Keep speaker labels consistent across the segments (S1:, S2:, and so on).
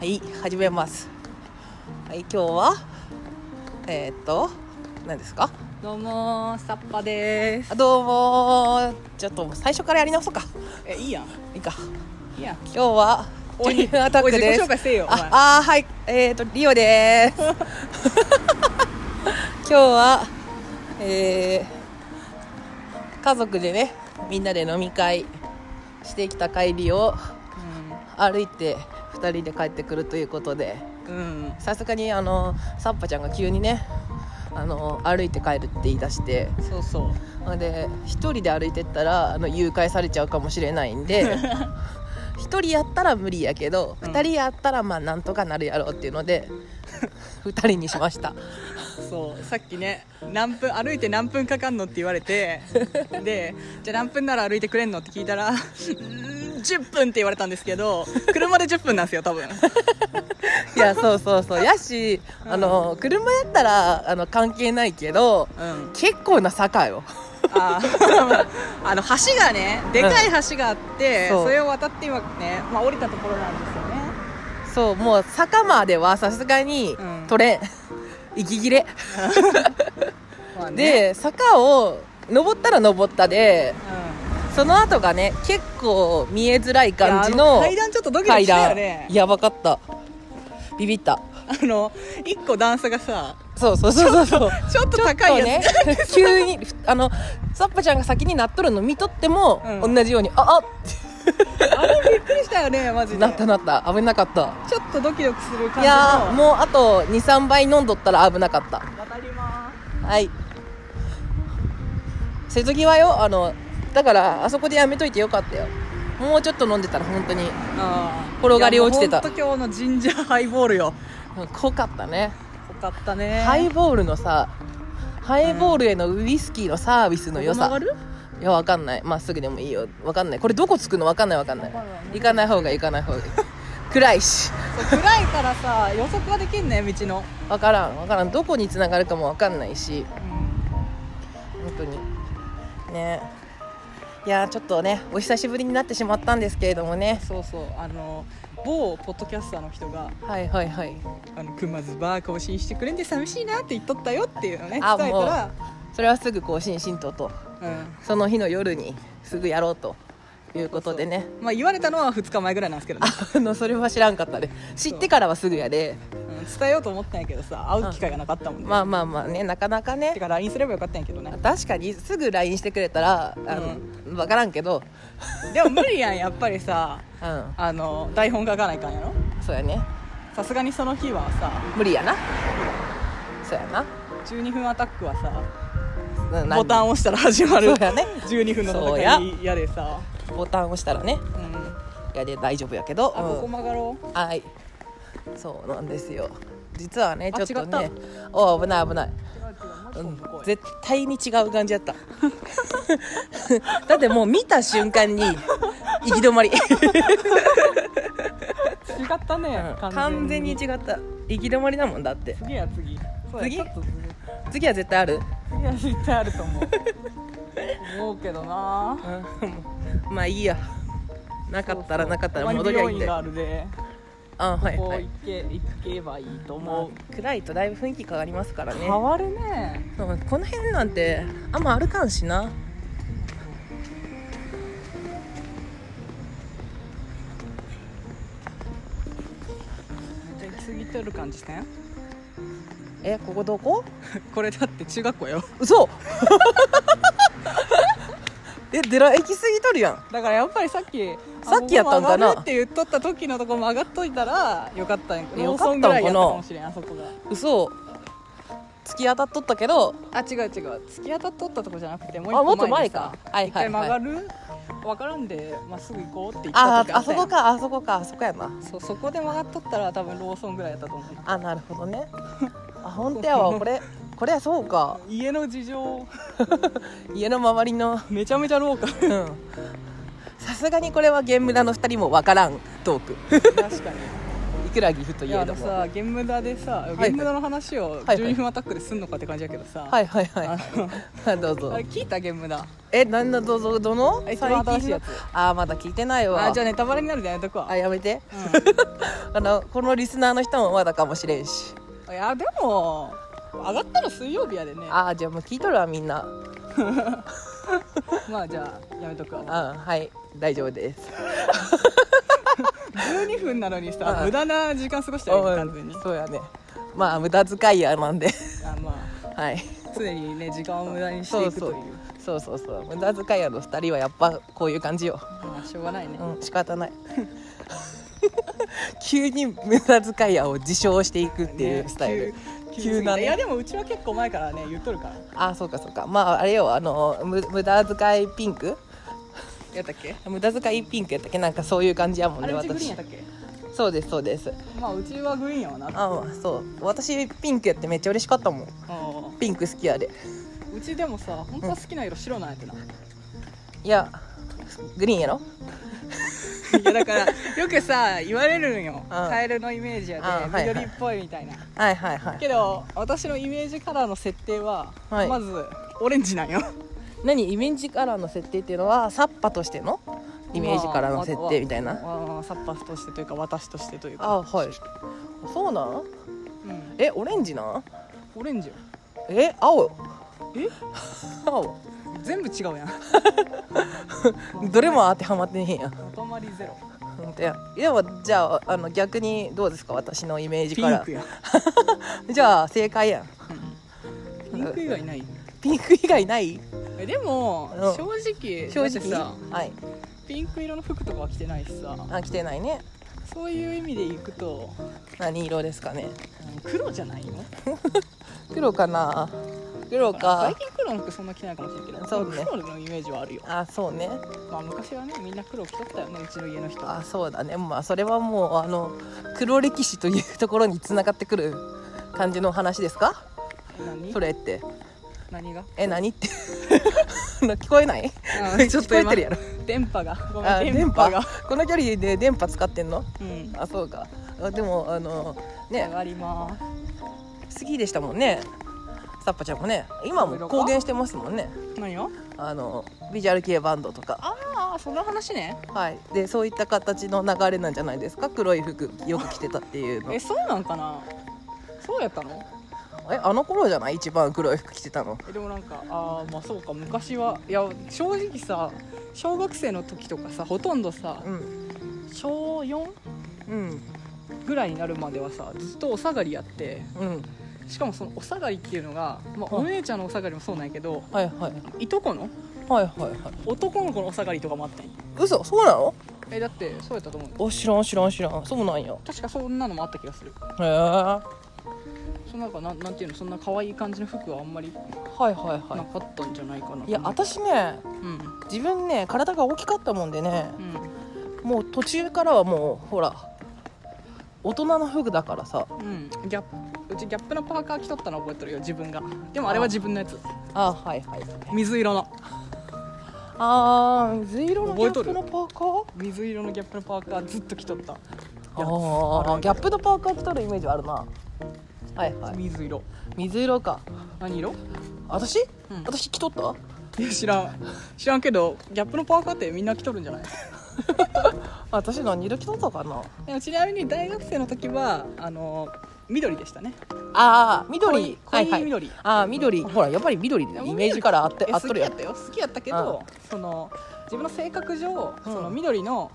S1: はい始めますはい今日はえーっと何ですか
S2: どうもーさっぱで
S1: あ
S2: す
S1: どうもちょっと最初からやり直そうか
S2: えいいやん
S1: いいか
S2: いいやん
S1: 今日は
S2: おい
S1: ジュニアアタックです
S2: おい自己紹介せえよお前
S1: ああーはいえーっとリオです今 日はえー家族でねみんなで飲み会してきた帰りを歩いて2人で帰ってくるということで
S2: うん、うん、
S1: さすがにあのサッパちゃんが急にねあの歩いて帰るって言い出して
S2: そうそ
S1: ほんで一人で歩いてったらあの誘拐されちゃうかもしれないん で一人やったら無理やけど
S2: うん
S1: 二人やったらまあなんとかなるやろうっていうので二人にしました
S2: うそうさっきね何分歩いて何分かかんのって言われてでじゃあ何分なら歩いてくれんのって聞いたらうーん10分って言われたんですけど車で10分なんですよ多分
S1: いやそうそうそうやしあの車やったらあの関係ないけど
S2: うん
S1: 結構な坂よ
S2: あー あの橋がねでかい橋があって、
S1: そう
S2: それを渡って今ね、まあ、降りたところなんですよね
S1: そうもう坂まではさすがに
S2: うん
S1: 取れん、 息切れ
S2: まあね
S1: で坂を登ったら登ったで
S2: うん
S1: その後がね結構見えづらい感じ
S2: いやあ
S1: の
S2: 階段ちょっとドキドキしたよね
S1: やばかったビビった
S2: あの一個段差がさ
S1: そうそうそうそうそう
S2: ちょっと高いやつ、
S1: ね急にあのサッパちゃんが先になっとるの見とっても、
S2: うん
S1: 同じようにああっ
S2: あれびっくりしたよねマジ
S1: て
S2: で
S1: なったなった危なかった
S2: ちょっとドキドキする感じの
S1: いやーもうあと23倍飲んどったら危なかった
S2: 渡ります
S1: はい瀬戸際よあのだからあそこでやめといてよかったよもうちょっと飲んでたら本当に転がり落ちてた
S2: いやもうほんと今日のジンジャーハイボールよ
S1: うん濃かったね
S2: よかったね
S1: ハイボールのさハイボールへのウイスキーのサービスの良
S2: ここ
S1: さ
S2: 曲がる
S1: いやわかんないまっすぐでもいいよわかんないこれどこつくのわかんないわかんない
S2: わかんない
S1: 行かない方がいい行かない方がいい暗いし
S2: そう暗いからさ予測ができんね道の、
S1: わからんわからんどこにつながるかもわかんないし
S2: うん
S1: 本当にねいやーちょっとねお久しぶりになってしまったんですけれどもね
S2: そうそうあの某ポッドキャスターの人が
S1: はいはいはい
S2: 「あの熊津バー更新してくれんで寂しいな」って言っとったよっていうのね伝え
S1: あ
S2: たら
S1: それはすぐ更新しんとと
S2: うん
S1: その日の夜にすぐやろうということでね
S2: まあ言われたのは2日前ぐらいなんですけどね、
S1: あのそれは知らんかったで知ってからはすぐやで
S2: うん伝えようと思ったんやけどさ会う機会がなかったもんね、
S1: まあまあまあねなかなか
S2: て
S1: ね
S2: か LINE すればよかったんやけどね
S1: 確かにすぐ LINE してくれたらあの、分からんけど
S2: でも無理やんやっぱりさ
S1: うん
S2: あの台本書かないかんやろ
S1: そうやね
S2: さすがにその日はさ
S1: 無理やなそうやな
S2: 12分アタックはさ
S1: なな
S2: ボタン押したら始まる
S1: そうやね
S2: 12分の戦いやでさ
S1: ボタン押したらね
S2: う、ん、
S1: やで大丈夫やけど
S2: あ
S1: うん
S2: ここ曲がろう
S1: はいそうなんですよ実はね
S2: あ
S1: ちょっと
S2: 違
S1: ね
S2: っ
S1: お危ない危ない、
S2: う
S1: うんん
S2: ここ、
S1: 絶対に違う感じやった だってもう見た瞬間に行き止まり、
S2: 違ったね
S1: 完全に違った行き止まりだもんだって
S2: 次や次そうや
S1: 次
S2: ちょっとずる
S1: 次は絶対ある、
S2: 次は絶対あると思う思うけどな
S1: うん、まあいいやなかったらなかったら
S2: そうそ
S1: 戻
S2: う
S1: りゃいいんだ
S2: た
S1: よ
S2: まに美容院がある
S1: あは
S2: で
S1: い
S2: こう
S1: は
S2: 行
S1: い、
S2: け行けばいいと
S1: ま
S2: 思う
S1: あ、暗いとだいぶ雰囲気変わりますからね
S2: 変わるね
S1: うんこの辺なんてあんま歩かんしな
S2: めっちゃ行き過ぎてる感じしてん
S1: えここどこ
S2: これだって中学校よ
S1: 嘘 え出ら行き過ぎとるやん
S2: だからやっぱりさっき
S1: さっきやったんかな
S2: あここ曲がるって言っとった時のとこも上がっといたらよかったんやけど
S1: よかったんかな
S2: ローソンぐらいやったかもしれんあそこが
S1: 嘘突き当たっとったけど
S2: あ違う違う突き当たっとったとこじゃなくてもう
S1: あも
S2: 一
S1: っと
S2: 個
S1: 前
S2: 前でさ
S1: かはい
S2: 一
S1: はい
S2: 回曲
S1: は
S2: が
S1: い
S2: る分からんでまっすぐ行こうって言った
S1: あ
S2: 時
S1: ああ
S2: っ
S1: そ
S2: たやん
S1: こかあそこかあそこやな
S2: そうそこで曲がっとったら多分ローソンぐらいやったと思う
S1: あなるほどねあ本当や わこれこれはそうか
S2: 家の事情
S1: 家の周りの
S2: めちゃめちゃ廊下
S1: うんさすがにこれはゲーム村の2人もわからんトーク
S2: 確かに
S1: ラギフとい
S2: い
S1: え
S2: やあ
S1: ど
S2: の
S1: も
S2: さゲンムダでさ
S1: い
S2: ゲンムダの話を
S1: はい
S2: 12分アタックですんのかって感じやけどさ、
S1: はいはいはい
S2: あの
S1: はい どうぞ
S2: あれ 聞いたゲンムダ
S1: え何のどぞどの
S2: え一番新しいやつ
S1: ああまだ聞いてないわ
S2: あじゃあネタバレになるでやめとくわ
S1: あやめて
S2: う
S1: あのこのリスナーの人もまだかもしれんし
S2: んいやでも上がったの水曜日やでね
S1: ああじゃあもう聞いとるわみんな
S2: まあじゃあやめとく
S1: うん
S2: わ
S1: はい大丈夫です
S2: 12分なのにさ
S1: あ
S2: 無駄な時間過ごしてるよ
S1: おい
S2: 完全に
S1: そうやねまあ無駄遣いやなん で
S2: あまあ
S1: はい
S2: 常にね時間を無駄にして
S1: そ
S2: いうくと
S1: そ
S2: いう
S1: う そうそうそう無駄遣いやの2人はやっぱこういう感じよ
S2: まあしょうがないね、
S1: うん仕方 ない急に無駄遣いやを自称していくっていうスタイル、
S2: ね急
S1: 急
S2: 急
S1: な
S2: な、
S1: ね
S2: いやでもうちは結構前からね言っとるから
S1: あそうかそうかまああれよあのむ無駄遣いピンク
S2: やったっけ
S1: 無駄遣いピンクやったっけなんかそういう感じやもん
S2: あ
S1: ね
S2: れうちグリー
S1: 私
S2: ンやったっけ
S1: そうですそうです
S2: まあうちはグリーンやわなあ
S1: あそう私ピンクやってめっちゃ嬉しかったもん
S2: あ
S1: ピンク好きやで
S2: うちでもさ本当は好きな色白なんやってない
S1: いやグリーンやろ
S2: やだから よくさ言われるんよ
S1: ん
S2: カエルのイメージや
S1: あは
S2: で
S1: いはい
S2: 緑っぽいみたいな
S1: はいはいはい
S2: けど私のイメージカラーの設定は、
S1: はい
S2: まずオレンジなんよ
S1: 何イメージカラーの設定っていうのはサッパとしてのイメージカラーの設定みたいな
S2: なサッパスとしてというか私としてというか、
S1: あはいそうなん
S2: うん、
S1: えオレンジなん
S2: オレンジよ
S1: え青
S2: え
S1: 青
S2: 全部違うや ん
S1: どれも当てはまってねえやん
S2: まとまりゼロ
S1: うんででもじゃああの逆にどうですか私のイメージ
S2: ピ
S1: か
S2: ン
S1: ら
S2: クやん
S1: じゃあ正解やん
S2: ピンク以外ない
S1: ピンク以外ない
S2: えでも
S1: うん
S2: 正直
S1: 正
S2: だ
S1: 直
S2: ってさ
S1: はい
S2: ピンク色の服とかは着てないしさ
S1: あ着てないね
S2: そういう意味でいくと
S1: 何色ですかね
S2: うん黒じゃないよ
S1: 黒かな黒か
S2: 最近黒の服そんな着ないかもしれんけど
S1: そうね
S2: 黒のイメージはあるよ、
S1: あそうね
S2: まあ、昔はねみんな黒着とったよねうちの家の人
S1: あそうだねまあそれはもうあの黒歴史というところにつながってくる感じの話ですか
S2: 何
S1: それって
S2: 何が
S1: え何って あの聞こえない
S2: あちょっと
S1: 聞こ
S2: 今
S1: えてるやろ
S2: 電波がご
S1: あ
S2: めん電波が
S1: この距離で電波使ってんの
S2: うん
S1: あそうかあでもあのね
S2: 上がります
S1: 好きでしたもんねサッパちゃんもね今も公言してますもんね
S2: 何よ
S1: あのビジュアル系バンドとか、
S2: ああその話ね
S1: はい、でそういった形の流れなんじゃないですか黒い服よく着てたっていうの
S2: え
S1: え
S2: そうなんかなそうやったの
S1: あの頃じゃない一番黒い服着てたの
S2: えでもなんかああまあそうか昔はいや正直さ小学生の時とかさほとんどさ
S1: うん
S2: 小 4?
S1: うん
S2: ぐらいになるまではさずっとお下がりやって
S1: うん
S2: しかもそのお下がりっていうのが、まあ、
S1: うん
S2: お姉ちゃんのお下がりもそうなんやけど
S1: はいはい
S2: いとこの
S1: はいはいはい
S2: 男の子のお下がりとかもあったんや
S1: 嘘そうなの
S2: えだってそうやったと思う
S1: お知らん知らん知らんそうなんやへ
S2: 確かそんなのもあった気がする
S1: えは
S2: そのなんかなんなんていうのそんな可愛い感じの服はあんまり
S1: いはいは
S2: なかったんじゃないかない
S1: いや私ね
S2: うん
S1: 自分ね体が大きかったもんでね
S2: うん
S1: もう途中からはもうほら大人の服だからさ
S2: うんギャップうちギャップのパーカー着とったの覚えてるよ自分がでもあれは自分のやつ
S1: あはいはい
S2: 水色の
S1: あー水色のギ
S2: 覚
S1: ャ
S2: えと
S1: ッ
S2: る
S1: プのパーカー
S2: 水色のギャップのパーカーずっと着とった
S1: あ
S2: あ
S1: あ
S2: る
S1: ギャップのパーカー着とるイメージはあるなはいはい
S2: 水色
S1: 水色か
S2: 何色
S1: 私、
S2: うん
S1: 私着とった
S2: いや知らん知らんけどギャップのパーカーってみんな着とるんじゃない
S1: 私何色着とったかな
S2: でもちなみに大学生の時はあの緑でしたね
S1: ああ緑
S2: 濃い濃い
S1: はいはい
S2: 緑、
S1: ああ緑ほらやっぱり緑だよイメージからあって
S2: え
S1: あっとるやん
S2: 好きやったよ好きやったけどその自分の性格上その
S1: うん
S2: 緑の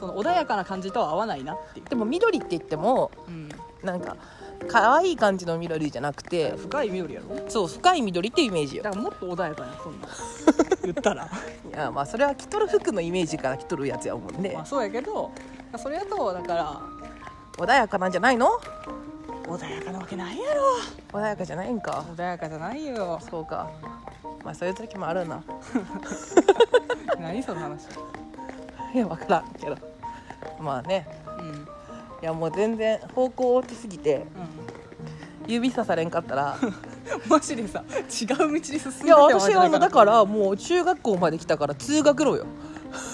S2: その穏やかな感じとは合わないなっていう、
S1: でも緑って言っても
S2: うん、
S1: なんか可愛い感じの緑じゃなくて
S2: 深い緑やろ
S1: そう深い緑っていうイメージよ
S2: だからもっと穏やかなそ んな言ったら
S1: いやまあそれは着とる服のイメージから着とるやつやもんね
S2: まあそうやけどそれやとだから
S1: 穏やかなんじゃないの
S2: 穏やかなわけないやろ
S1: 穏やかじゃないんか
S2: 穏やかじゃないよ
S1: そうかまあそういう時もあるな
S2: 何その話
S1: いや分からんけどまあね
S2: うんうん
S1: いやもう全然方向大きすぎて指さされんかったら
S2: マジでさ違う道に進ん で
S1: い
S2: て
S1: や
S2: もらうん
S1: 私
S2: じゃな
S1: あ
S2: い
S1: の
S2: かな
S1: だからもう中学校まで来たから通学路よ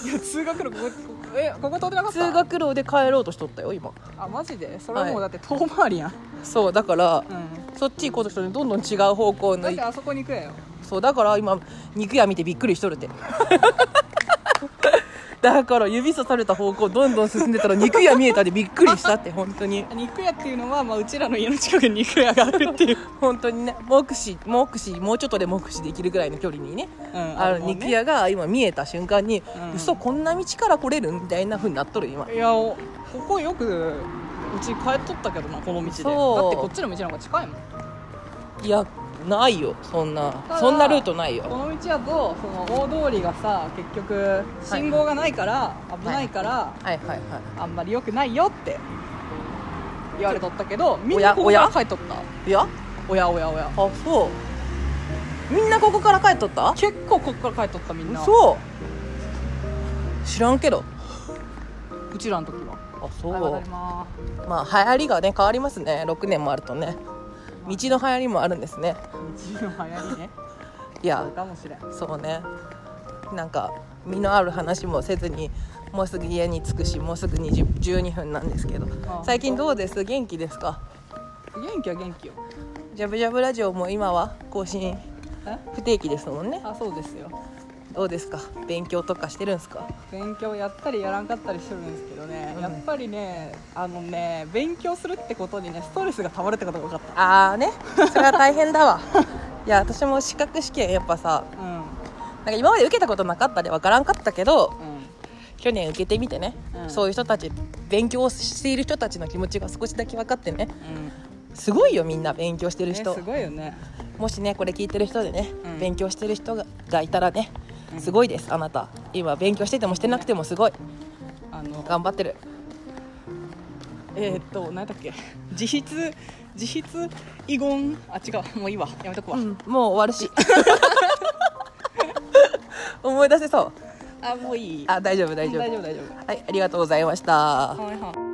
S2: いや通学路こここ こえここ通ってなかった
S1: 通学路で帰ろうとしとったよ今
S2: あマジでそれはもうだって遠回りやん、
S1: そうだから、
S2: うん
S1: そっち行こうとしたのにどんどん違う方向
S2: だ
S1: の
S2: ってあそこに行くやよ
S1: そうだから今肉屋見てびっくりしとるって だから指さされた方向どんどん進んでたら肉屋見えたでびっくりしたって本当に
S2: 肉屋っていうのは、まあ、うちらの家の近くに肉屋がある っていう、
S1: 本当にね目視目視もうちょっとで目視できるぐらいの距離にね、
S2: うん
S1: ある肉屋が今見えた瞬間に、
S2: うん
S1: 嘘こんな道から来れるみたいな風になっとる今
S2: いやおここよくうち帰っとったけどなこの道でだって
S1: そう
S2: こっちの道の方が近いもん
S1: いやないよそんな
S2: ただ
S1: そんなルートない
S2: こ
S1: よ
S2: の道やとその大通りがさ結局信号がないから、危ないから、
S1: はいはいはい
S2: あんまり良くないよって言われとったけどみん
S1: おや
S2: なここから帰っとった
S1: いや
S2: おやおやおや
S1: あそうみんなここから帰っとった
S2: 結構ここから帰っとったみんな
S1: そう知らんけど
S2: うちらの時は
S1: あそ
S2: はいうわかりま
S1: まあ流行りがね変わりますね6年もあるとね道の流行りもあるんですね
S2: す道の流行 りね
S1: い
S2: そ
S1: や
S2: うかもしれん
S1: そうねなんか身のある話もせずにもうすぐ家に着くしもうすぐ20 12分なんですけど
S2: あ
S1: 最近どうです元気ですか
S2: 元気は元気よ
S1: ジャブジャブラジオも今は更新
S2: え
S1: 不定期ですもんね
S2: あそうですよ
S1: どうですか勉強とかしてるんですか
S2: 勉強やったりやらんかったりしてるんですけどね、
S1: うん
S2: やっぱりねあのね勉強するってことにねストレスがたまるってことが分かっ
S1: ああね それは大変だわいや私も資格試験やっぱさ
S2: たうん
S1: なんか今まで受けたことなかったで分からんかったけど
S2: うん
S1: 去年受けてみてね、
S2: うん
S1: そういう人たち勉強をしている人たちの気持ちが少しだけ分かってね
S2: うん
S1: すごいよみんな勉強してる
S2: ね、す
S1: 人、
S2: ごいよね
S1: もしねこれ聞いてる人でね、
S2: うん
S1: 勉強してる人ががいたらね
S2: うん
S1: すごいですあなた今勉強しててもしてなくてもすごい
S2: あの
S1: 頑張ってる
S2: えー、っと何だっけ自筆自筆遺言あ違うもういいわやめとくわ、
S1: もう終わ るし思い出せそう
S2: あもういい
S1: あ大丈夫大
S2: 大
S1: 丈夫
S2: 丈夫大丈
S1: はいありがとうございました
S2: 夫はいはい